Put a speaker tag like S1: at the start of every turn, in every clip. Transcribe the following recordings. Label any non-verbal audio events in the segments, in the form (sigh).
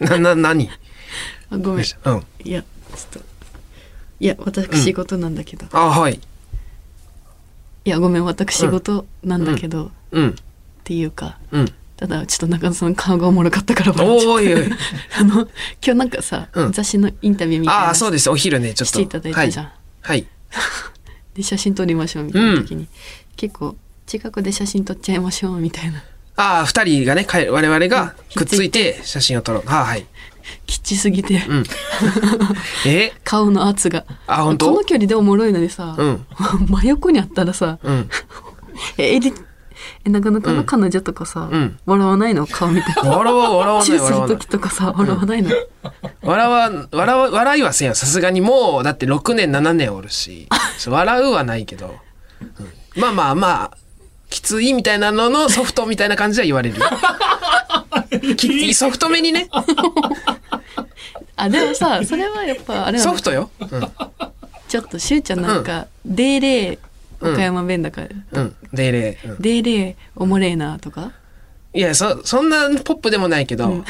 S1: な、な、何
S2: あごめん
S1: うん。
S2: いやちょっといや私事なんだけど、い
S1: あ、はい。
S2: やごめん私事なんだけど、っ
S1: うん。
S2: ていうか
S1: うん。
S2: ただちょっと中野さん顔がおもろかったから笑っちゃっ
S1: おーいおい。
S2: た (laughs) あの今日なんかさ、
S1: うん
S2: 雑誌のインタビューみたいな
S1: あ
S2: の
S1: あ、そうです。お昼ね、ちょっと。
S2: していただいたじゃん、
S1: はい。はい。
S2: で写真撮りましょうみたいな時に、結構近くで写真撮っちゃいましょうみたいな
S1: ああ、二人がね、かえ我々が
S2: うん
S1: くっついて写真を撮ろう。あーはい。
S2: きちすぎて、
S1: うん。え
S2: 顔の圧が
S1: あ本当
S2: この距離でおもろいのにさ、
S1: うん
S2: (laughs) 真横にあったらさ (laughs)
S1: うん。
S2: えエリえなかなかの彼女とかさ、
S1: うん
S2: 笑わないの顔
S1: (laughs)
S2: 見て
S1: 笑わ、笑わ
S2: チ
S1: な
S2: ュ
S1: い、
S2: ーす
S1: 笑
S2: る
S1: わない。
S2: 時とかさ笑わないの、
S1: 笑わ、笑わ、笑いはせんよ。さすがにもう、だって6年、7年おる
S2: (laughs)
S1: し。そう笑うはないけど。うんまあまあまあ、きついみたいなの
S2: (laughs)
S1: のソフトみたいな感じは言われるよ。きつい、ソフトめにね。
S2: あで
S1: (laughs)
S2: もさそれはやっぱあれな
S1: ソ
S2: の
S1: フトよ。うん。
S2: ちょっとしゅうちゃんなんか「デーレー岡山弁だから」
S1: うん。デイレイ。うん
S2: デーレーおもれえな」とか
S1: いや、そ、そんなポップでもないけど、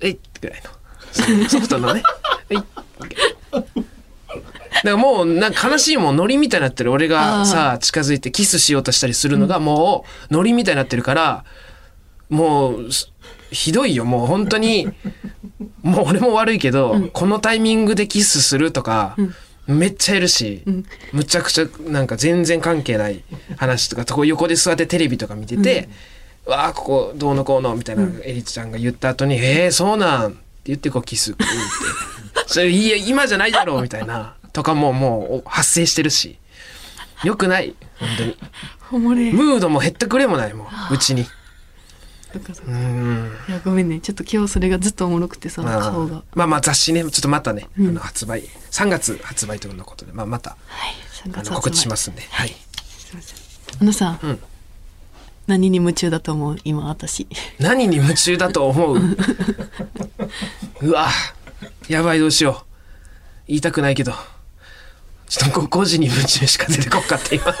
S1: えいってぐらいの。ソソフトのね。えいってぐらいだからもう、なんか悲しいもん、ノリみたいになってる。俺
S2: あー
S1: がさ、近づいてキスしようとしたりするのが、もう、ノリみたいになってるから、もう、すひどいよ、もう本当に。もう俺も悪いけど、このタイミングでキスするとか、めっちゃいるし、むちゃくちゃなんか全然関係ない話とかとこ横で座ってテレビとか見てて「わあここどうのこうの」みたいなエリちゃんが言った後に「えー、そうなん」って言ってこうキスって「
S2: (laughs)
S1: それいいや今じゃないだろう」みたいなとかももうお発生してるしよくない本当に
S2: 「おもれえ
S1: ムードも減ってくれもないもううちに」
S2: とかさ
S1: うーん
S2: いやごめんねちょっと今日それがずっとおもろくてさ
S1: まあ
S2: 顔が
S1: まあまあ雑誌ねちょっとまたね、
S2: うん
S1: あの発売3月発売ということで、まあ、また
S2: はい3
S1: あ
S2: 月
S1: の告知しますすんではい
S2: すいませんあのさ、
S1: うん
S2: 何に夢中だと思う今私
S1: 何に夢中だと思ううわやばいどうしよう言いたくないけどちょっと5時に夢中しか出てこんかった今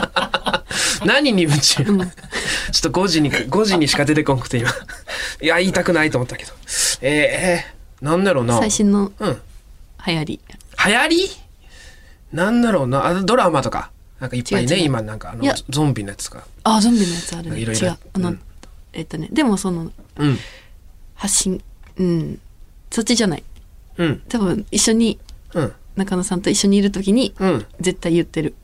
S1: (laughs) 何に夢中、ちょっと5時に5時にしか出てこんくて今いや言いたくないと思ったけどえー、えー、なんだろうな
S2: 最新の
S1: うん
S2: 流行り
S1: 流行りなんだろうなあドラマとかなんかいっぱいね
S2: 違う違う
S1: 今なんかあ
S2: い
S1: の
S2: や
S1: ゾンビのやつとか
S2: あゾンビのやつあるね
S1: いろい
S2: 違
S1: ろ
S2: うあの、
S1: うん
S2: えっとねでもその
S1: うん
S2: 発信うんそっちじゃない
S1: うん
S2: 多分一緒に
S1: うん
S2: 中野さんと一緒にいる時に
S1: うん
S2: 絶対言ってる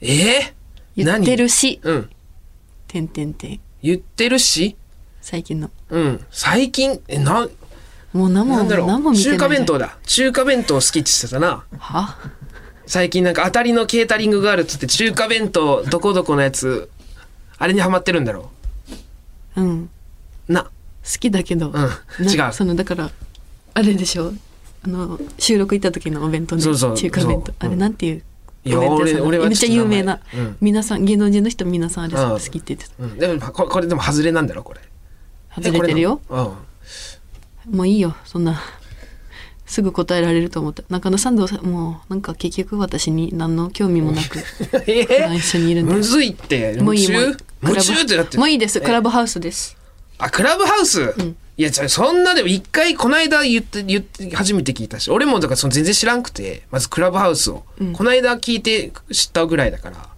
S1: ええー、
S2: 言ってるし
S1: 何うん
S2: 「てんてんてん
S1: 言ってるし、」
S2: 最近の
S1: うん、最近えな
S2: もう何も
S1: なんだろ
S2: 何も
S1: う
S2: 見てな
S1: 中
S2: い
S1: 華弁当だ中華弁当好きって言ってたな
S2: は
S1: 最近なんか当たりのケータリングがあるっつって中華弁当どこどこのやつあれにハマってるんだろ
S2: うん
S1: うな
S2: 好きだけ
S1: う
S2: ど、
S1: ん
S2: な
S1: 違う
S2: そのだからあれでしょあの収録行った時のお弁当ね
S1: そうそう
S2: 中華弁
S1: そう
S2: 当あれ
S1: うん
S2: なんていう
S1: いや
S2: お弁当屋さんだ
S1: 俺俺は
S2: めっちゃ有名な、
S1: ちょっと名前うん
S2: 皆さん芸能人の人皆さんあれ
S1: う
S2: 好
S1: ん
S2: きって言ってた
S1: うん、でもここれでも外れなんだろこれえ
S2: 外れてるよ
S1: これなのうん
S2: もういいよそんなすぐ答えられると思った中野さんとさもうなんか結局私に何の興味もなく
S1: (laughs) え
S2: 普段一緒にいるんで
S1: むずいって
S2: もう
S1: 夢
S2: いい
S1: 中
S2: も
S1: 夢
S2: ういいクラブ
S1: 中ってだって
S2: もういいです
S1: え
S2: クラブハウスです
S1: あクラブハウス、いやちょそんなでも一回この間言って言って初めて聞いたし俺もだからその全然知らんくてまずクラブハウスを、この間聞いて知ったぐらいだから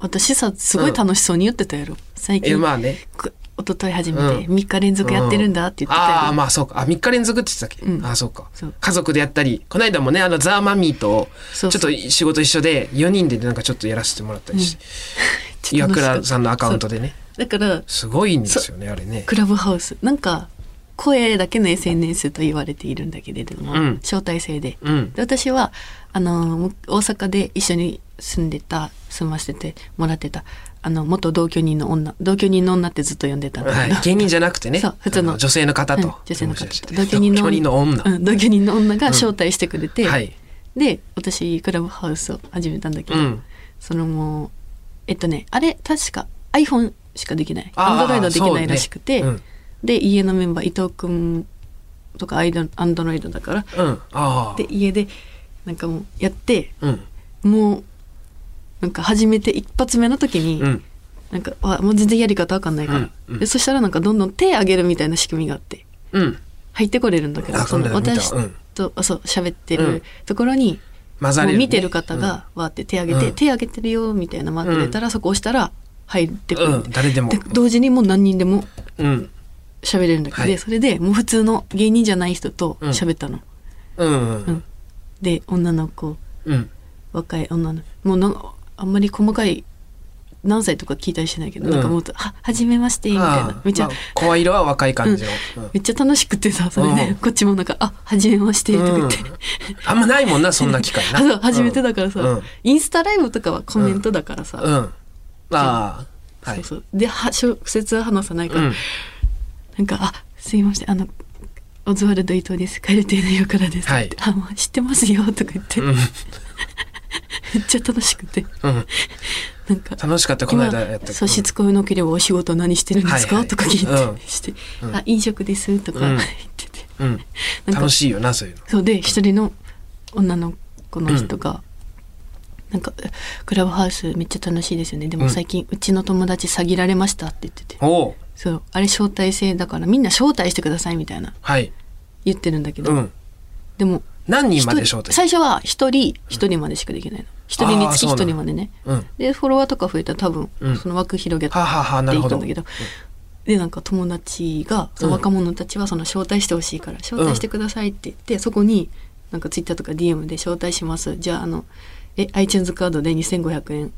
S2: 私さすごい楽しそうに言ってたやろ最
S1: え
S2: 近、
S1: まあね
S2: く一昨日始めて
S1: う
S2: 3日連続やってるんだって言ってたや
S1: あ
S2: ろ、
S1: あーまあそうかあ3日連続って言ってたっけ、
S2: うん
S1: ああそうか
S2: そう
S1: 家族でやったりこの間もねあのザーマミーとち
S2: そ
S1: ょ
S2: う
S1: っ
S2: そう
S1: と仕事一緒で4人でなんかちょっとやらせてもらったりして、
S2: ち
S1: 岩
S2: ょっと楽しかった
S1: 倉さんのアカウントでね
S2: だから
S1: すごいんですよねあれね
S2: クラブハウスなんか声だけの SNS と言われているんだけれども、
S1: うん
S2: 招待制で,、
S1: うん
S2: で私はあの大阪で一緒に住んでた住ませてもらってたあの元同居人の女同居人の女ってずっと呼んでたんだけど、
S1: はい、芸人じゃなくてね
S2: そう普通の
S1: あ女性の方
S2: うん
S1: と、
S2: 女性の方と
S1: 同居人の女、
S2: うん同居人の女が招待してくれて、
S1: はい
S2: で私クラブハウスを始めたんだけど、
S1: うん
S2: そのもうえっとねあれ確か iPhone しかできない
S1: あー
S2: Android できないらしくて、
S1: そうね
S2: で家のメンバー伊藤君とかアイドアンドロイドだから
S1: うんああ
S2: で家でなんかもうやって
S1: うん
S2: もうなんか初めて一発目の時に、
S1: うん
S2: なんかわもう全然やり方わかんないから、
S1: うんうん
S2: でそしたらなんかどんどん手上げるみたいな仕組みがあって
S1: うん。
S2: 入ってこれるんだけど
S1: あ
S2: その
S1: 今度は見た
S2: 私
S1: うん
S2: と、あそう喋って
S1: う
S2: る
S1: ん
S2: ところに、
S1: 混ざ
S2: も
S1: れる
S2: う
S1: ね、
S2: 見てる方がわーって手上げて、
S1: うん
S2: 手上げてるよみたいなマーク出たら、そこ押したら入ってく
S1: う
S2: る
S1: ん、
S2: ん
S1: う
S2: で
S1: ん、誰でも
S2: で。同時にもう何人でも
S1: うん。
S2: 喋れるんだけど、
S1: はい
S2: でそれでもう普通の芸人じゃない人と喋ったの、
S1: うん。う
S2: うんん。で女の子
S1: うん。
S2: 若い女のもうなんかあんまり細かい何歳とか聞いたりしないけど、
S1: うん
S2: なんかもうと「ははじめまして」みたいな
S1: ああ
S2: めっちゃ、
S1: まあ声色は若い感じの。うん
S2: めっちゃ楽しくてさそれで、
S1: うん
S2: こっちもなんか「あはじめまして」とか言って、
S1: うんあんまないもんな、そんな機会な。
S2: (laughs) あそう初めてだからさ、
S1: うん
S2: インスタライブとかはコメントだからさ、
S1: うん。うん。ああ。はい。
S2: そうそうでは直接は話さないから、
S1: うん
S2: なんか「あすいませんあのオズワルド伊藤です帰る定のよからです」
S1: はい
S2: ってあもう知ってますよ」とか言って、 (laughs)
S1: うん
S2: めっちゃ楽しくて
S1: うん。
S2: なんか
S1: 楽しかった、この間やった。
S2: 差し支えなければお仕事何してるんですか、
S1: はいはい
S2: とか聞いて、
S1: うん
S2: して、
S1: うん
S2: あ飲食ですとか
S1: う
S2: 言
S1: ん
S2: ってて、
S1: うん。うん
S2: なんか
S1: 楽しいよな、そういうの。
S2: そうで一人の女の子の人が、なんかクラブハウスめっちゃ楽しいですよねで
S1: う
S2: も
S1: ん
S2: 最近うちの友達詐欺られましたって言ってて、
S1: おう
S2: そうあれ招待制だからみんな招待してくださいみたいな
S1: はい。
S2: 言ってるんだけど、
S1: うん。
S2: でも
S1: 何人まで
S2: 一
S1: 招
S2: 人
S1: 待
S2: 最初は一人一人までしかできないの一人につき
S1: あーそ
S2: 一
S1: うなんだ
S2: 人までね
S1: うん。は
S2: でフォロワーとか増えたら多分、
S1: うん
S2: その枠広げて
S1: あはあはあ、な
S2: って
S1: る
S2: い
S1: ほ
S2: く
S1: ど。
S2: んだけどでなんか友達がその若者たちはその招待してほしいから招待してくださいって言って、そこになんかツイッターとか DM で招待しますじゃああのえ iTunes カードで2500円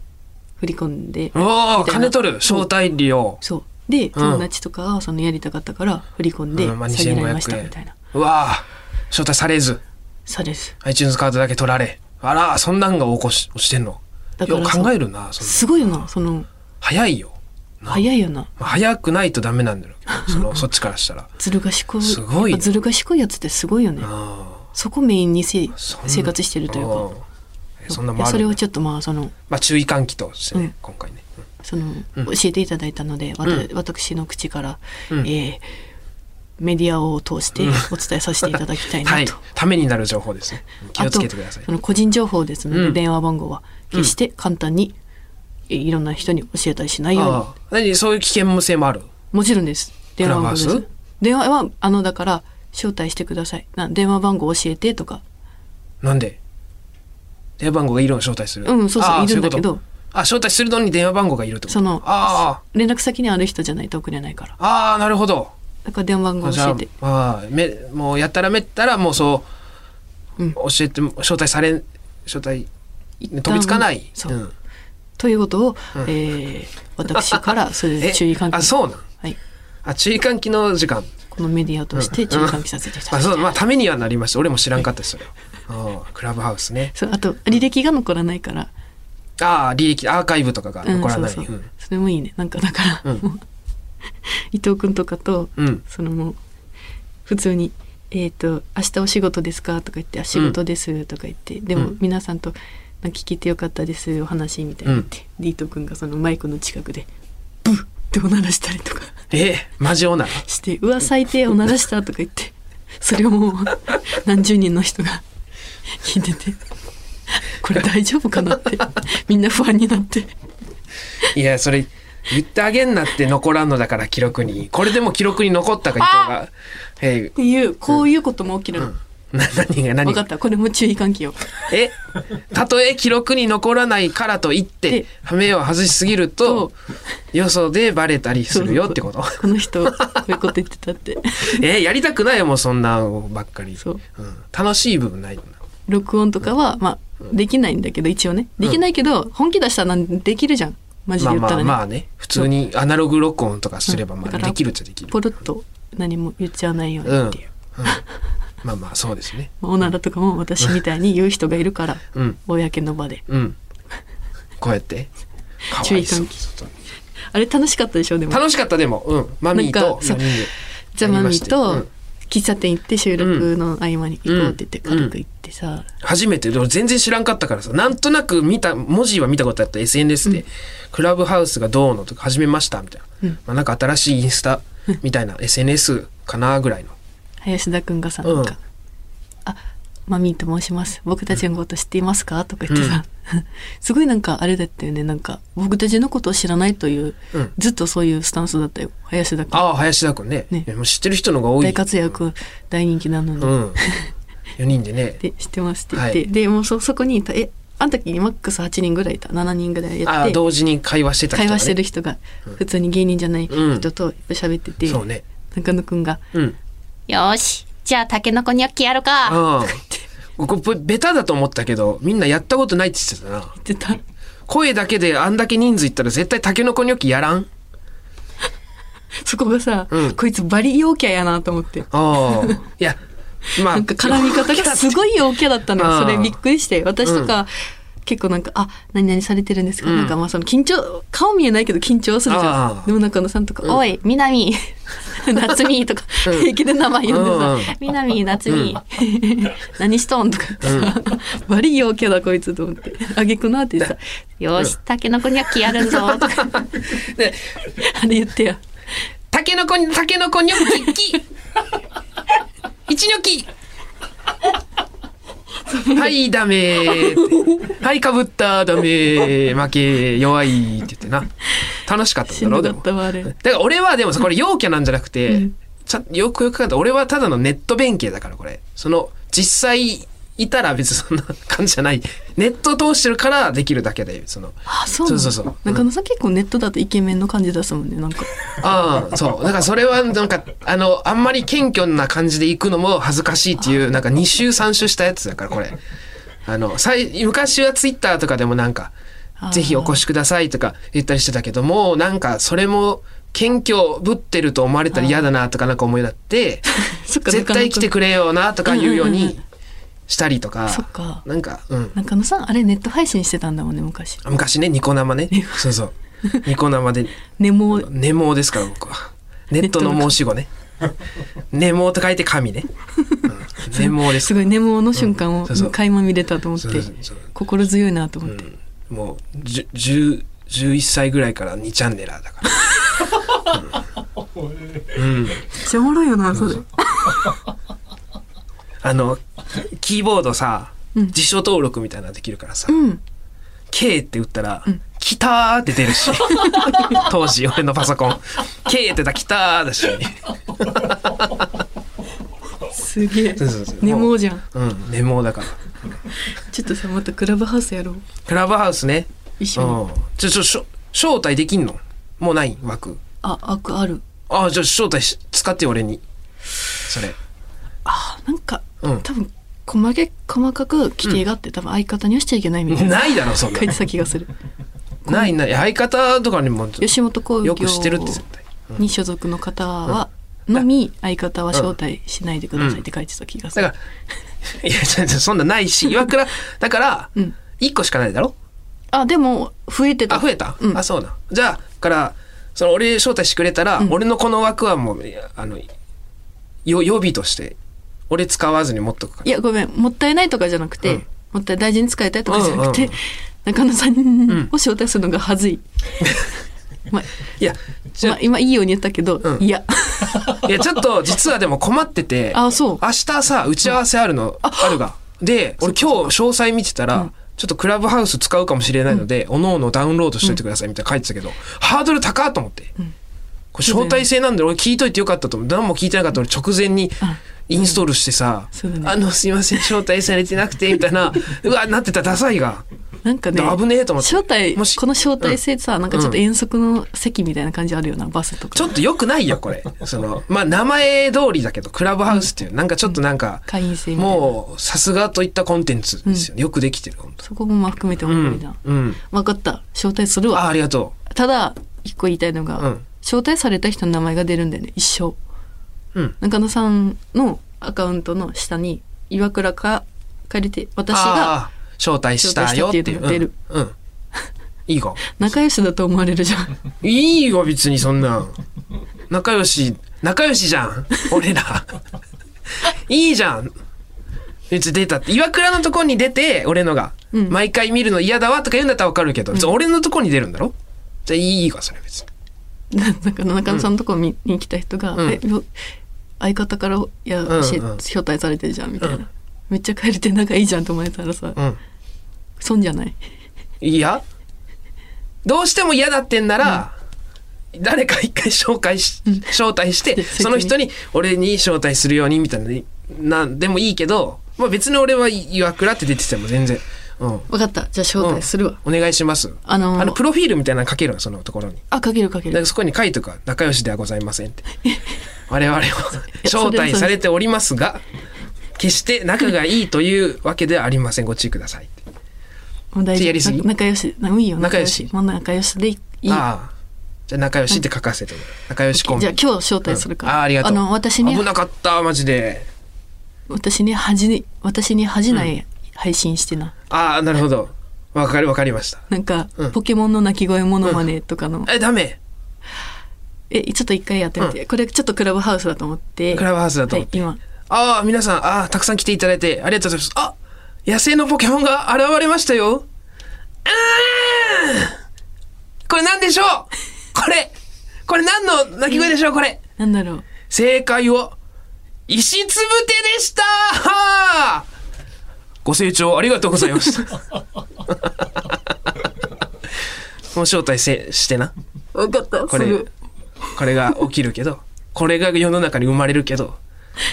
S2: 振り込んで、
S1: おお、
S2: みたいな
S1: 金取る招待料。
S2: そうで友達とかはそのやりたかったから振り込んで
S1: うんまあ
S2: 下げられました
S1: 2500円
S2: みたいな、
S1: うわあ、招待されず、
S2: そうです。
S1: iTunes カードだけ取られ。あら、そんなんが起こししてんの。
S2: だか
S1: よ
S2: ら
S1: く
S2: そ
S1: 考えるな、その
S2: すごいよなその
S1: 早いよ。な
S2: 早いよな
S1: まあ早くないとダメなんだよ。そ
S2: (laughs)
S1: の、そっちからしたら。
S2: ずる賢い
S1: すごいね
S2: やっぱずる賢いやつってすごいよね
S1: あ
S2: そこメインにせい
S1: あそんな
S2: 生活してるという
S1: あ
S2: か
S1: あえそんなも
S2: いや
S1: あ
S2: そ
S1: る
S2: れ
S1: ん
S2: を
S1: だ
S2: ちょっとまあその
S1: まあ注意喚起としてね、
S2: うん
S1: 今回ね。うん
S2: その、
S1: うん
S2: 教えていただいたので、わた
S1: う
S2: 私の口から、
S1: うん
S2: えーメディアを通して
S1: うん
S2: お伝えさせていただきたいなと。
S1: (laughs) はい。ためになる情報ですね。気を
S2: あ
S1: つ
S2: と
S1: けてください
S2: そ。の個人情報ですので、
S1: うん
S2: 電話番号は決して簡単に、えーいろんな人に教えたりしないように。
S1: ああ何そういう危険性もある
S2: もちろんです。電話番号で
S1: クラブ
S2: す
S1: ハウ。
S2: 電話はあのだから招待してください。な電話番号教えてとか。
S1: なんで電話番号がいるのを招待する
S2: うんそうそう
S1: ああ
S2: いるんだけど
S1: そういうことあ招待するのに電話番号がいるってこと
S2: その
S1: あ
S2: 連絡先にある人じゃないと送れないから。
S1: あああなるほど
S2: だから電話番号
S1: じゃ
S2: 教え
S1: あ
S2: て。
S1: ああめもうやったらめったらもうそう、
S2: うん
S1: 教えても招待されん招待飛びつかない
S2: 一旦そう。
S1: ん
S2: ということを、えー私からそれで注意喚起。
S1: あそうなん
S2: はい。
S1: あ注意喚起の時間
S2: このメディアとして注意喚起させていただ
S1: あ
S2: き
S1: そう
S2: たい。
S1: まあためにはなりました俺も知らんかったですそれはああクラブハウスね
S2: そうあと履歴が残らないから、
S1: ああ履歴アーカイブとかが
S2: うん、
S1: 残ら
S2: そう
S1: ない、う
S2: そ
S1: ん
S2: う、それもいいね。なんかだか
S1: う
S2: ら、
S1: ん
S2: もう伊藤君とかと、
S1: うん
S2: そのもう普通に。えー、と「明日お仕事ですか?」とか言ってあ「仕事です」とか言って、で
S1: う
S2: も
S1: ん
S2: 皆さんと「なんか聞けてよかったですお話」みたいな言って、で伊藤君がそのマイクの近くでブッっておならしたりとか
S1: えマジオナ
S2: して「うわ最低おならした」とか言ってそれをもう何十人の人が聞いててこれ大丈夫かなってみんな不安になって
S1: いや、それ、言ってあげんなって残らんのだから、記録に。これでも記録に残ったか、伊藤が。え
S2: っていうこういうことも起きるの、
S1: ーな何が何
S2: 分か
S1: が
S2: ったこれも注意喚起よ
S1: えたとえ記録に残らないからといって
S2: で
S1: 羽目を外しすぎるとよそでバレたりするよってこと
S2: この人こういうこと言ってたって
S1: えやりたくないよもうそんなんばっかり
S2: そう、
S1: ん、楽しい部分ないよ
S2: 録音とかはまあできないんだけど一応ねできないけど、本気出したらなんできるじゃんマジ
S1: な
S2: で
S1: まあ
S2: 言った
S1: ま
S2: ら
S1: あまあ
S2: ね、
S1: ね普通にアナログ録音とかすれば
S2: うん
S1: まあ
S2: だから
S1: できるっちゃできる
S2: ポロッと何も言っちゃわないよ
S1: う
S2: う
S1: ん、う
S2: に
S1: ん
S2: っていう、、
S1: まあまあそうですね
S2: まあおならとかも私みたいに言う人がいるから
S1: うん
S2: 公の場で
S1: うんこうやってかわ
S2: 注意
S1: いそう
S2: 喚起あれ楽しかったでしょでも
S1: 楽しかったでも、うん、マミー
S2: なん
S1: と
S2: かそう
S1: 四人で
S2: じゃあマミ
S1: や
S2: ー
S1: りま
S2: と
S1: して
S2: 喫茶店行って収録の合間に行こうって言って
S1: うん
S2: 軽く行ってさ、
S1: 初めてで俺全然知らんかったからさなんとなく見た文字は見たことあった SNS で、クラブハウスがどうのとか始めましたみたいな、まあ、なんか新しいインスタみたいな SNS かなぐらいの
S2: 林田くんがさ、
S1: うん
S2: なんか「あマミーと申します僕たちのこと知っていますか?」とか言ってさ、 (laughs) すごいなんかあれだったよねなんか僕たちのことを知らないという、
S1: うん
S2: ずっとそういうスタンスだったよ林田君
S1: ああ、林田君ね。
S2: ね
S1: いやもう知ってる人の方が多い。
S2: 大活躍大人気なのに、 (laughs)
S1: うん。4人でね。
S2: で知ってますって言って、
S1: はい
S2: でもうそそこにいたえあん時にマックス8人ぐらいいた7人ぐらいや
S1: あ
S2: っ
S1: あ、
S2: て
S1: 同時に会話してた人、ね。
S2: 会話してる人が普通に芸人じゃない人といっぱい喋ってて、
S1: そうね。
S2: 中野くんが
S1: うん。
S2: 「よーしじゃあタケノコニョッキやるか」
S1: ああ
S2: って
S1: ここベタだと思ったけど、みんなやったことないって言ってたな。
S2: 言ってた
S1: 声だけであんだけ人数いったら絶対タケノコニョキやらん
S2: そこがさ、
S1: うん
S2: こいつバリ陽キャやなと思って。 (laughs)
S1: ああ。いや、まあ。
S2: なんか絡み方がす
S1: い。
S2: ごい陽キャだったの
S1: あー
S2: よ。それびっくりして。私とか、結構なんか、あ、何々されてるんですか、
S1: うん
S2: なんかまあその緊張、顔見えないけど緊張するじ
S1: あ
S2: ゃ
S1: ー
S2: ん。でも中野さんとか、おい、みなみ、 (laughs) 夏みとか、
S1: うん
S2: 平気で名前呼んで
S1: うん
S2: さ
S1: うん、
S2: みなみ、夏み、 (laughs) 何しとんとか言ってさ、バリ陽キャだこいつと思って、あげくなってさ、よし、タケノコニャッキやるぞ、
S1: (laughs)
S2: とか、
S1: で
S2: あれ言ってよ。
S1: タケノコ、タケノコニョキ、キ。一ニョキ。はい、ダメってはい、かぶった、ダメ負け、弱いって言ってな。楽しかったん
S2: し
S1: だ
S2: ん
S1: ろ
S2: ど
S1: う、
S2: か
S1: で
S2: っ
S1: も。
S2: たわ、あれ。
S1: だから俺はでもさこれ陽キャなんじゃなくて、
S2: うん
S1: ちゃんよくよく考えたら俺はただのネット弁慶だからこれその実際いたら別にそんな感じじゃないネット通してるからできるだけでその
S2: あそうなの
S1: そうそうそう
S2: 中野さん結構ネットだとイケメンの感じ出すもんね
S1: (laughs)
S2: なんか
S1: ああそうだからそれはなんかあのあんまり謙虚な感じで行くのも恥ずかしいっていうなんか2週3週したやつだからこれあの最昔はツイッターとかでもなんか
S2: あー
S1: ぜひお越しくださいとか言ったりしてたけどもなんかそれも謙虚ぶってると思われたら嫌だなとかなんか思いな
S2: (laughs)
S1: って
S2: そっか
S1: 絶対来て
S2: く
S1: くれよなとか言うよう
S2: うんうんうん
S1: にしたりとか、
S2: そっか
S1: なんか、うん、
S2: 中野さんあれネット配信してたんだもんね昔
S1: 昔ねニコ生ねそうそうニコ生で
S2: ネモ
S1: ネモですから僕はネットの申し子ねネモと書いて神ね、うん、ネモです
S2: すごいネモの瞬間
S1: うん
S2: を
S1: そうそう
S2: 垣間見れたと思って
S1: そうそうそう
S2: 心強いなと思って、
S1: もうじゅ10 11歳ぐらいから2チャンネラーだから、うんうん
S2: めっちゃおもろいよなそれ
S1: あのキーボードさ
S2: うん
S1: 辞書登録みたいなのできるからさ、
S2: うん、
S1: K って打ったら、きたーって出るし。当時、俺のパソコン。K って言ったら、きたーだし。
S2: すげえ
S1: そうそうそう
S2: ネモじゃん
S1: うん、ネモだから。
S2: ちょっとさまたクラブハウスやろう
S1: クラブハウスね。
S2: 一
S1: う
S2: 緒に
S1: ん。ちょ、ちょ、しょ招待できんのもうない枠。
S2: ああくある
S1: ああ、じゃあ招待し使ってよ俺に。それ。
S2: あなんか、
S1: うん
S2: 多分細け細かく規定があって、多分相方にはしちゃいけないみたいな
S1: ないだろ、 (laughs) そんな
S2: 書い。てた気がする
S1: ないない。相方とかにも、よ
S2: 吉本興業
S1: く知ってるって絶対。
S2: に所属の方は、のみ相方は招待しないでくださいって書いてた気がす
S1: だ
S2: る、
S1: から、 (laughs) いや、ちょちょそんなないし、岩倉、だから
S2: うん、
S1: 1個しかないだろ
S2: あでも増えてた
S1: あ、増えた、
S2: うん
S1: あ、そうな。じゃあ、から、その俺招待してくれたら、
S2: うん
S1: 俺のこの枠はもう、いやあの、よ予備として、俺使わずに持っとくから。
S2: いやごめんもったいないとかじゃなくて、
S1: うん
S2: もったい大事に使いたいとかじゃなくて、
S1: うんうん
S2: 中野さんを招待するのが恥ずい、ま
S1: いや、じゃ
S2: ま今いいように言ったけど、
S1: うん
S2: いや
S1: いや、ちょっと、実はでも困ってて、
S2: あそう
S1: 明日さ、打ち合わせあるの、あるが。で、俺今日詳細見てたら、ちょっとクラブハウス使うかもしれないので、おのおのダウンロードしといてくださいみたいな書いてたけど、ハードル高っと思って。これ招待制なんで俺聞いといてよかったと思う。何も聞いてなかった俺直前にインストールしてさ、
S2: そうだね
S1: あの、すいません、招待されてなくて、みたいな、うわ、なってたダサいが。
S2: なんかね
S1: だ危ねえと思って
S2: 招待
S1: もし
S2: この招待制さ、なんかちょっと遠足の席みたいな感じあるよなバスとか
S1: ちょっと良くないよ、これ。その、まあ、名前通りだけど、クラブハウスっていう、なんかちょっとなんか、
S2: 会員制みたいな
S1: もう、さすがといったコンテンツですよね。よくできてる、本当
S2: そこもまあ含めておもろいな、
S1: うん。
S2: 分かった招待するわ
S1: あ、ありがと
S2: ただ一個言いたいのが、
S1: うん
S2: 招待された人の名前が出るんだよね一生
S1: う。うん。
S2: 中野さんのアカウントの下に岩倉か借りて私が
S1: あー、招待したよってい。
S2: 招待したっていううの出る
S1: うん。うんいいか。
S2: 仲良しだと思われるじゃ
S1: (laughs)
S2: ん
S1: いいよ、別にそんなん。仲良し、仲良しじゃん。俺ら。いいじゃん。別に出たって。岩倉のとこに出て、俺のが。
S2: うん
S1: 毎回見るの嫌だわとか言うんだったらわかるけど、別に俺のとこに出るんだろじゃあいいか、それ別に。
S2: なんか中野さんのとこ見に来た人が「
S1: うん
S2: えよ相方からいや、
S1: うんうん
S2: し招待されてるじゃん」みたいな、
S1: うん
S2: めっちゃ借りて仲いいじゃんと思えたらさ、
S1: うん。
S2: 損じゃない
S1: いやどうしても嫌だってんなら、誰か一回紹介し、招待
S2: (laughs)
S1: して、
S2: で先に
S1: その人に俺に招待するようにみたいなね、なんでもいいけど、まあ別に俺は岩倉って出てても全然。うん。
S2: 分かったじゃあ招待するわ、
S1: お願いします。
S2: あのー
S1: あの、プロフィールみたいなの書けるの、そのところに。
S2: あかけるかけ
S1: だか
S2: る
S1: らそこに書いとか、仲良しではございませんっ
S2: (laughs)
S1: て。我々は招待されておりますが、決して仲がいいというわけではありません。ご注意くださいって。
S2: もう大
S1: ちょやりすぎ
S2: な仲良しないいよ
S1: 仲良し
S2: もう仲良しでいい
S1: ああ。じゃあ仲良しって書かせてもらう。仲良しコンビ。
S2: じゃあ今日招待するから、
S1: うんあありがとう
S2: の私に
S1: 危なかったマジで
S2: 私に恥じ私に恥じない配信してな、
S1: ああなるほどわかりわかりました
S2: なんか、
S1: うん
S2: ポケモンの鳴き声モノマネとかの、
S1: えダメ
S2: えちょっと一回やってみて、これちょっとクラブハウスだと思って
S1: クラブハウスだと思って、
S2: はい、今
S1: ああ皆さんああたくさん来ていただいてありがとうございますあ野生のポケモンが現れましたよあーこれ何でしょうこれこれ何の鳴き声でしょうこれ
S2: なんだろう
S1: 正解は石つぶてでしたご清聴ありがとうございま
S2: (laughs)
S1: した。もう招待せしてな。
S2: 分かった
S1: これ
S2: すぐ
S1: これが起きるけど、これが世の中に生まれるけど、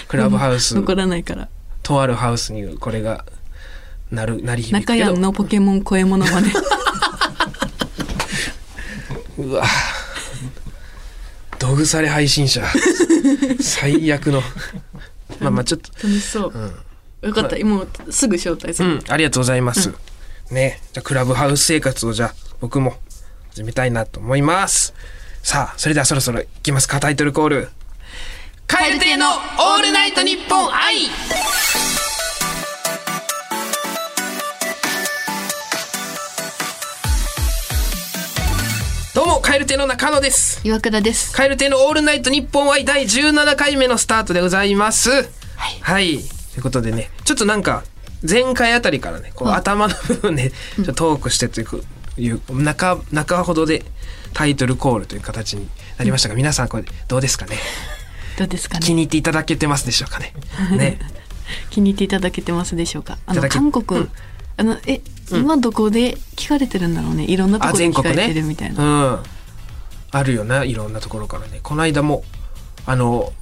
S1: クラブハウス、
S2: 残らないから
S1: とあるハウスにこれがなる、なり響く
S2: 中
S1: けど
S2: 山。のポケモン声モノマネ
S1: うわどぐされ配信者。最悪
S2: (laughs)
S1: の。まあまあちょっと、
S2: 楽しそう、分かった、今すぐ招待す
S1: う
S2: る、
S1: ん、ありがとうございます。ね、じゃあクラブハウス生活をじゃあ僕も始めたいなと思います。さあ、それではそろそろ行きますか、タイトルコール。蛙亭のオールナイトニッポン愛どうも、蛙亭の中野です。
S2: 岩倉です
S1: 蛙亭のオールナイトニッポン愛第17回目のスタートでございます。
S2: はい
S1: ということでね、ちょっとなんか、前回あたりからね、こう
S2: はい
S1: 頭の部分で、ちょっとトークしてという、いう中、中ほどでタイトルコールという形になりましたが、皆さんこれどうですかね
S2: どうですかね
S1: 気に入っていただけてますでしょう
S2: (laughs)
S1: かね。ね。
S2: 気に入っていただけてますでしょうかあ
S1: いた
S2: の
S1: だけ
S2: 韓国、あのえ、今どこで聞かれてるんだろうねいろんなと
S1: あ、
S2: こで
S1: 全
S2: 聞か
S1: 国
S2: れ
S1: ね。
S2: てるみたいな、
S1: うん。あるよな、いろんなところからね。この間も、あの、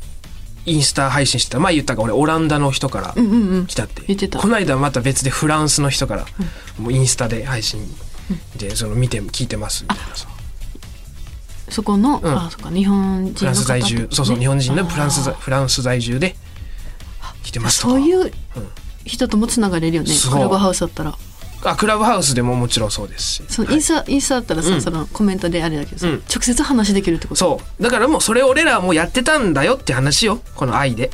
S1: インスタ配信してた。前言ったか、俺、オランダの人から、
S2: うんうんうん
S1: 来たって
S2: 言ってた
S1: この間また別でフランスの人から、もうインスタで配信で、その見て聞いてますみたいなさ
S2: そこの、
S1: ん
S2: あそっか日本人
S1: フラ
S2: の方
S1: ンス在住、
S2: とかね
S1: そうそう日本人のフランス
S2: あ
S1: 在フランス在住で来て
S2: ー
S1: ますとか
S2: そういう人ともつながれるよね
S1: そう
S2: クラブハウスだったら
S1: あクラブハウスでももちろんそうですし
S2: そのインスタ、インスタだったらさ、
S1: うん
S2: そのコメントであれだけどさ、
S1: うん
S2: 直接話できるってこと
S1: そうだからもうそれ俺らもやってたんだよって話よこの愛で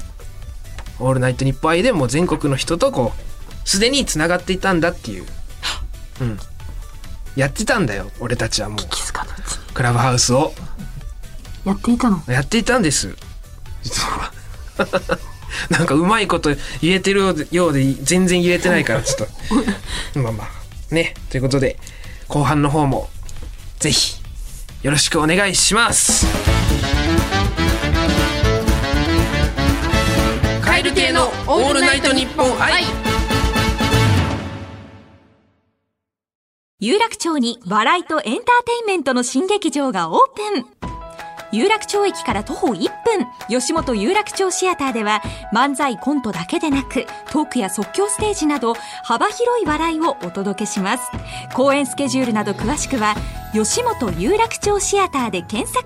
S1: 「オールナイトニッポン愛」でもう全国の人とこうすでにつながっていたんだっていう、うん、やってたんだよ俺たちはもう
S2: 気づかないうちに
S1: クラブハウスを。
S2: やっていたの
S1: やっていたんです (laughs) 実はなんかうまいこと言えてるようで全然言えてない (laughs) からちょっとまあまあねということで後半の方もぜひよろしくお願いしますカエル亭のオールナイトニッポン愛
S3: 有楽町に笑いとエンターテインメントの新劇場がオープン有楽町駅から徒歩1分吉本有楽町シアターでは漫才コントだけでなくトークや即興ステージなど幅広い笑いをお届けします公演スケジュールなど詳しくは吉本有楽町シアターで検索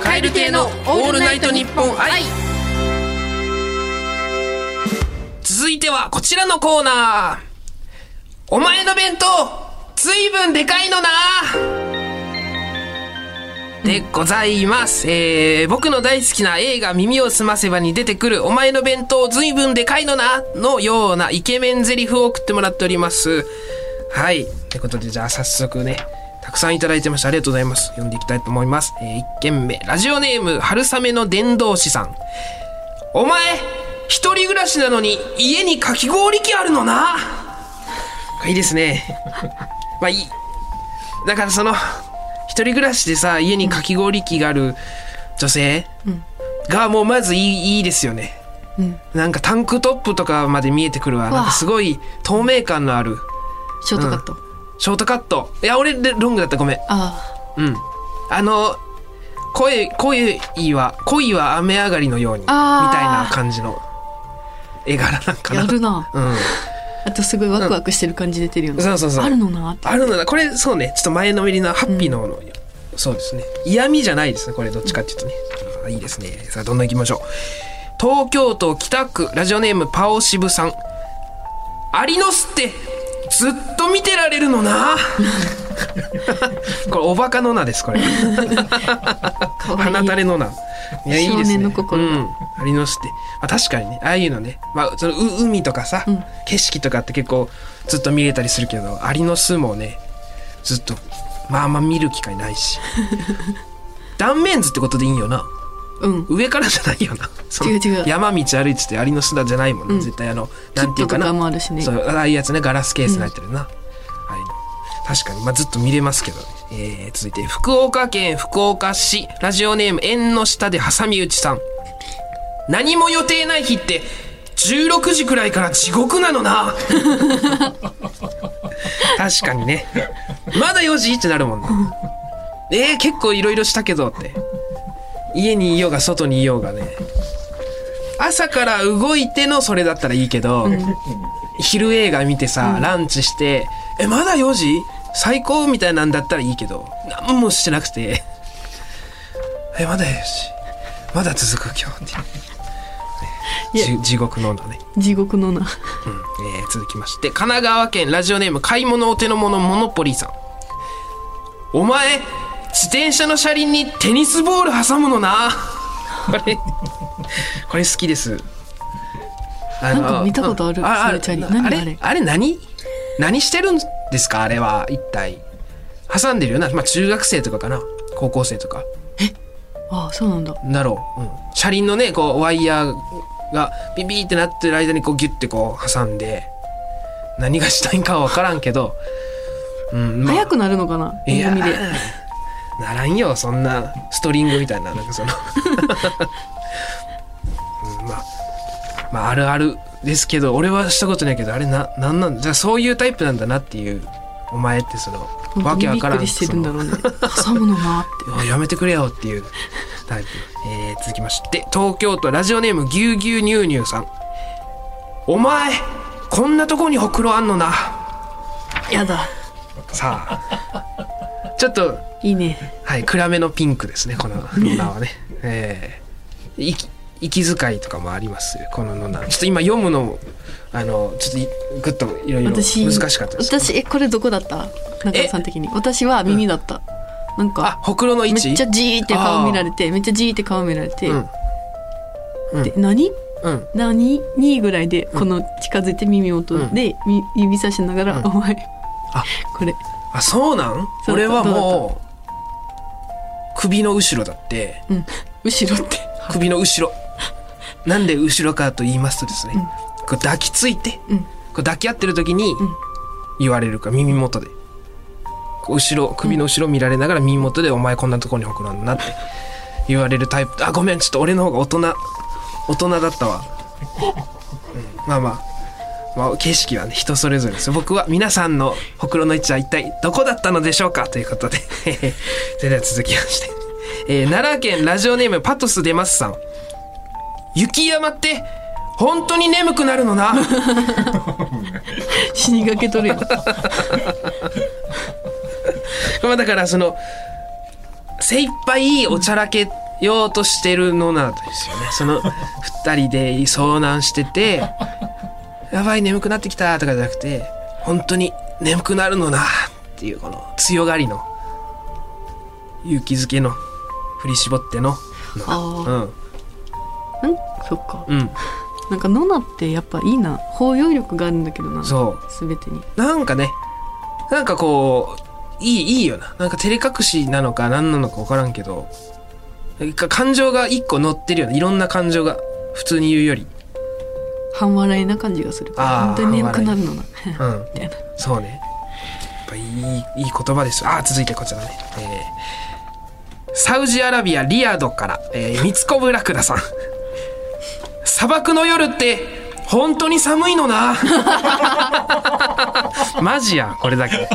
S1: カエル亭のオールナイトニッポン愛続いてはこちらのコーナーお前の弁当ずいぶんでかいのなでございます、えー、僕の大好きな映画「耳をすませば」に出てくる「お前の弁当ずいぶんでかいのな」のようなイケメンゼリフを送ってもらっておりますはいということでじゃあ早速ねたくさんいただいてましたありがとうございます読んでいきたいと思います、えー、1件目ラジオネーム春雨の伝道師さんお前一人暮らしなのに家にかき氷機あるのないいですね (laughs) まあいいだからその一人暮らしでさ家にかき氷機がある女性がもうまずいいいいですよね
S2: うん、
S1: なんかタンクトップとかまで見えてくるわ
S2: うわ
S1: なんかすごい透明感のある
S2: ショートカット、
S1: ショートカットいや俺でロングだったごめん
S2: あ
S1: うんあの恋恋は恋は雨上がりのようにみたい
S2: あ
S1: な
S2: ー
S1: 感じの絵柄なん
S2: あ
S1: か
S2: や
S1: な
S2: るな
S1: うん
S2: あとすごいワクワクしてる感じ出てるよね、
S1: そうそうそう
S2: あるのなって
S1: あるのだこれそうねちょっと前のめりなハッピーの方の、そうですね嫌味じゃないですねこれどっちかっていうとね、あいいですねさあどんどんいきましょう東京都北区ラジオネームパオシブさんアリノスってずっと見てられるの
S2: (laughs)
S1: なこれおバカのなですこれ
S2: かわいい
S1: 鼻垂れのな。いや、いいですね。
S2: 少年の心が
S1: うん。ありのして。まあ、確かにね、ああいうのね、まあ、そのう海とかさ、
S2: うん
S1: 景色とかって結構ずっと見れたりするけど、アリの巣もね、ずっと、まああんま見る機会ない
S2: (laughs)
S1: し。断面図ってことでいいよな。
S2: うん
S1: 上からじゃないよな。その
S2: 違う違う
S1: 山道歩いてて、アリの巣だじゃないもんね、
S2: うん
S1: 絶対あの、
S2: キ
S1: なん
S2: ッ
S1: ていう
S2: ト
S1: か
S2: と
S1: な。
S2: かもあるしね
S1: そうああいうやつねガラスケースに入ってるな、はい確かに、まあ、ずっと見れますけど、えー続いて福岡県福岡市ラジオネーム縁の下で挟み撃ちさん何も予定ない日って16時くらいから地獄なの
S2: (laughs)
S1: な確かにねまだ4時ってなるもん
S2: (laughs)
S1: ねえー、結構いろいろしたけどって家にいようが外にいようがね朝から動いてのそれだったらいいけど、昼映画見てさ、ランチして「えまだ4時最高?」みたいなんだったらいいけど何もしてなくて (laughs) 「えまだ4時まだ続く今日」って
S2: い
S1: いうねじ地獄の女ね、
S2: 地獄のな
S1: うん
S2: (laughs)
S1: えー続きまして神奈川県ラジオネーム買い物お手の物モノポリーさんお前自転車の車輪にテニスボール挟むのな (laughs) これこれ好きですあ
S2: なんか見たことあるそのチャリ
S1: あ
S2: 何
S1: れ
S2: あれ
S1: あれ何何してるんですかあれは一体挟んでるよなまあ中学生とかかな高校生とか
S2: ああそうなんだ
S1: だろう、うん、車輪のねこうワイヤーがビビーってなってる間にこうギュッてこう挟んで何がしたいんかは分からんけど、うんまあ
S2: 速くなるのかない
S1: や
S2: 番組で
S1: ならんよそんなストリングみたいななんかその、 (laughs) うんまあまああるあるですけど俺はしたことないけどあれななんなんだじゃあそういうタイプなんだなっていうお前ってそのわ
S2: 本
S1: け
S2: 当に
S1: わ
S2: びっ
S1: から
S2: く
S1: ん
S2: りしてるんだろうね挟むのなって
S1: いややめてくれよっていうタイプ、えー続きまして東京都ラジオネームぎゅうぎゅうにゅうにゅうさんお前こんなとこにほくろあんのな (laughs)
S2: やだ
S1: さあちょっと
S2: いいね
S1: はい暗めのピンクですねこのノナはねえー、息息遣いとかもありますこのノナちょっと今読むのもあのちょっといぐっといろいろ難
S2: 私
S1: しかったです
S2: 私えこれどこだった中
S1: え
S2: 野さん的に私は耳だった、なん
S1: あ
S2: か
S1: ほくろの位
S2: めっ
S1: 置
S2: ちゃじーって顔見られてめっちゃじーって顔見られて、
S1: うんうん
S2: で何
S1: うん
S2: 何2ぐらいでこの近づいて耳元で、み指さしながら「
S1: うん
S2: お前
S1: あ
S2: これ
S1: あそうなん
S2: そう
S1: 俺は
S2: どうだった
S1: もう首の後ろだって
S2: うん後ろ」って (laughs)
S1: 首の後ろなんで後ろかと言いますとですね、
S2: うん
S1: こう抱きついて
S2: うん
S1: こう抱き合ってる時に
S2: ん
S1: 言われるから耳元でこう後ろ首の後ろ見られながら耳元で「お前こんなとこにほくろなんだな」って言われるタイプあごめんちょっと俺の方が大人大人だった
S2: (laughs)
S1: わ、うんまあまあまあ、景色はね人それぞれです僕は皆さんのほくろの位置は一体どこだったのでしょうかということで (laughs) それでは続きまして、えー奈良県ラジオネームパトス出ますさん雪山って本当に眠くなるのな
S2: 死にかけとるよ
S1: まあだからその精一杯おちゃらけようとしてるのなんですよねその二人で遭難しててやばい眠くなってきたとかじゃなくて本当に眠くなるのなっていうこの強がりの勇気づけの振り絞っての
S2: あ
S1: うん
S2: あんそっか
S1: うん
S2: なんかノナってやっぱいいな包容力があるんだけどな
S1: そう
S2: 全てに
S1: なんかね、なんかこう、いい、いいよな。なんか照れ隠しなのか何なのか分からんけど、なんか感情が一個乗ってるよね。いろんな感情が、普通に言うより。
S2: 半笑いな感じがするから
S1: あー
S2: 本当に眠くなるのな
S1: うん。
S2: みたいな
S1: そうね。やっぱいい、いい言葉です。あー、続いてこちらね。えーサウジアラビアリヤドから、えー、三つ子ブラクダさん。砂漠の夜って本当に寒いの (laughs) なマジやこれだけ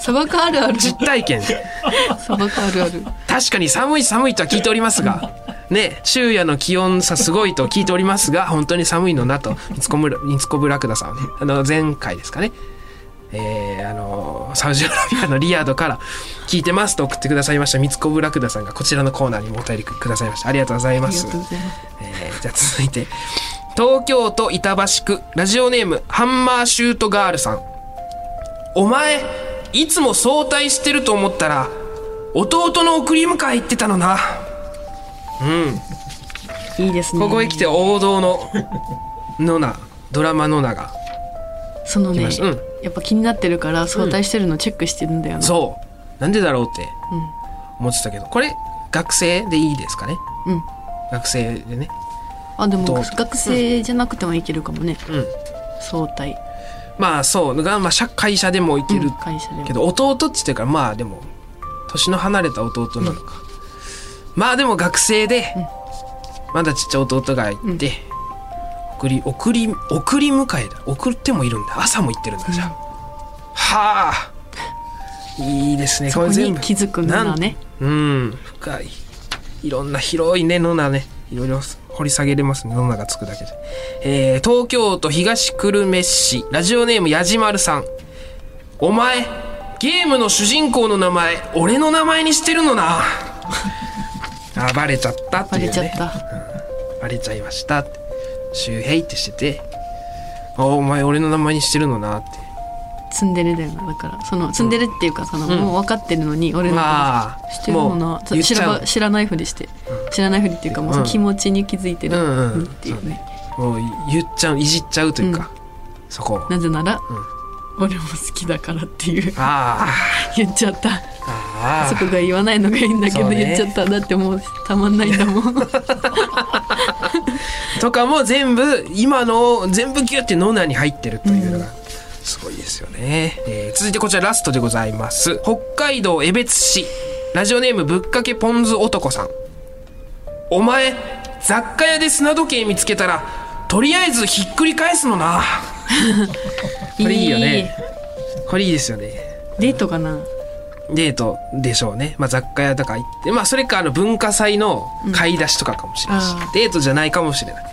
S2: 砂漠あるある
S1: 実体験
S2: 砂漠あるある
S1: 確かに寒い寒いとは聞いております
S2: (laughs)
S1: がね昼夜の気温差すごいと聞いておりますが本当に寒いのなと三つ子村三つ子ブラクダさんはねあの前回ですかねえー、あのサウジアラビアのリヤードから聞いてますと送ってくださいました三つ子ブラクダさんがこちらのコーナーにもお便りくださいましたありがとうござい
S2: あ
S1: ま
S2: りが
S1: す
S2: とうございます
S1: えーじゃあ続いて東京都板橋区ラジオネームハンマーシュートガールさんお前いつも早退してると思ったら弟の送り迎え行ってたのない
S2: いですね
S1: ここへ来て王道の (laughs) ノナドラマノナが
S2: その
S1: 来
S2: ね
S1: ましたうん
S2: やっぱ気になってるから早退してるのチェックしてるんだよね
S1: そうなんでだろうって思ってたけどこれ学生でいいですかね
S2: うん
S1: 学生でね
S2: あでも
S1: どう
S2: 学生じゃなくてもいけるかもね
S1: うん
S2: 早退
S1: まあそうが、まあ、社会社でも行ける
S2: 会社でも
S1: けど弟って言ってるからまあでも年の離れた弟なのか、まあでも学生で、まだちっちゃい弟がいて、送り送り送り迎えだ送ってもいるんだ朝も行ってるんだじゃあ、はあいいですね
S2: そこに気づくの
S1: な
S2: が
S1: ん
S2: ね
S1: うん深いいろんな広いねのなねいろいろ掘り下げれますねのながつくだけで、えー東京都東久留米市ラジオネームやじまるさんお前ゲームの主人公の名前俺の名前にしてるの
S2: (laughs)
S1: なあバレちゃったって
S2: バ
S1: いう、ね、
S2: レちゃった
S1: バレちゃいましたって周平ってしててあお前俺の名前にしてるのなって
S2: ツンデレだよなだからそのツンデレっていうかそのもう分かってるのに俺のこ
S1: まあ
S2: としてるの
S1: も
S2: な
S1: う
S2: ちょ
S1: 言っ
S2: 知
S1: ちゃ
S2: ら
S1: う
S2: ば知らないふりして知らないふりっていうかもうその気持ちに気づいてる
S1: うんうん
S2: っていうね
S1: もう言っちゃういじっちゃうというか、そこを
S2: なぜなら俺も好きだからっ
S1: (laughs)
S2: ていう
S1: あ
S2: 言っちゃった
S1: ああ
S2: そこが言わないのがいいんだけ
S1: そ
S2: ど
S1: うね
S2: 言っちゃっただってもうたまんないんだもん
S1: あとかも全部今の全部ギュってノナに入ってるというのがすごいですよね、えー続いてこちらラストでございます北海道江別市ラジオネームぶっかけポン酢男さんお前雑貨屋で砂時計見つけたらとりあえずひっくり返すのなこれいいよねこれいいですよね
S2: いいデートかな
S1: デートでしょうね、まあ、雑貨屋とか行って、まあ、それかあの文化祭の買い出しとかかもしれないし、
S2: うんあー
S1: デートじゃないかもしれない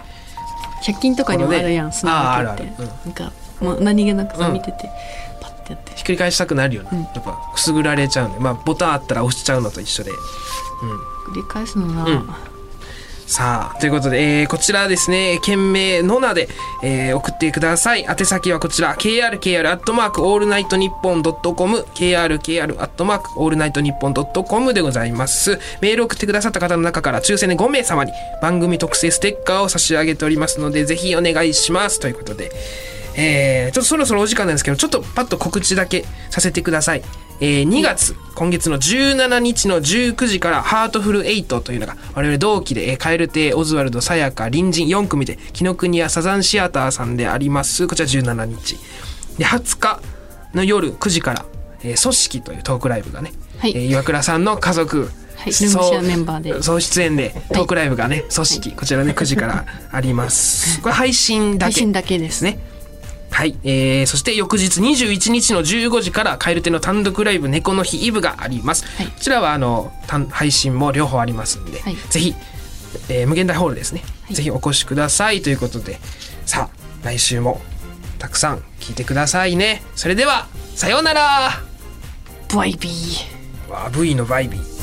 S2: 100均とかにもあるやん
S1: こ
S2: ス
S1: のね
S2: ナ
S1: あー
S2: ックって
S1: あるある
S2: なんかもう何気なくさ
S1: うん
S2: 見ててパッてやって
S1: ひっくり返したくなるような、やっぱくすぐられちゃうんで、まあ、ボタンあったら押しちゃうのと一緒で
S2: 繰り返すのな、
S1: んさあということで、えーこちらですね件名の名で、えー送ってください宛先はこちら krkr アットマークオールナイトニッポンドットコム krkr アットマークオールナイトニッポンドットコムでございますメールを送ってくださった方の中から抽選で5名様に番組特製ステッカーを差し上げておりますのでぜひお願いしますということでえーちょっとそろそろお時間なんですけど、ちょっとパッと告知だけさせてください。えー2月、今月の17日の19時から、ハートフル8というのが、我々同期で、えー、カエル亭、オズワルド、さやか、隣人4組で、紀ノ国屋サザンシアターさんであります。こちら17日。で、20日の夜9時から、えー組織というトークライブがね、
S2: はい
S1: えー岩倉さんの家族、
S2: はいルームシェアメンバーで
S1: 総出演でトークライブがね、組織、こちらね、9時からあり
S2: (laughs)
S1: ます。これ配信だけ。
S2: 配信だけで
S1: ですすね。はい、えー、そして翌日21日の15時から蛙亭の単独ライブ「猫の日イブ」があります、
S2: はい
S1: こちらはあの単配信も両方ありますんで、
S2: はい
S1: ぜひ、えー無限大ホールですね、
S2: はい
S1: ぜひお越しくださいということでさあ来週もたくさん聞いてくださいねそれではさようなら
S2: バイビー
S1: わあ V のバイビー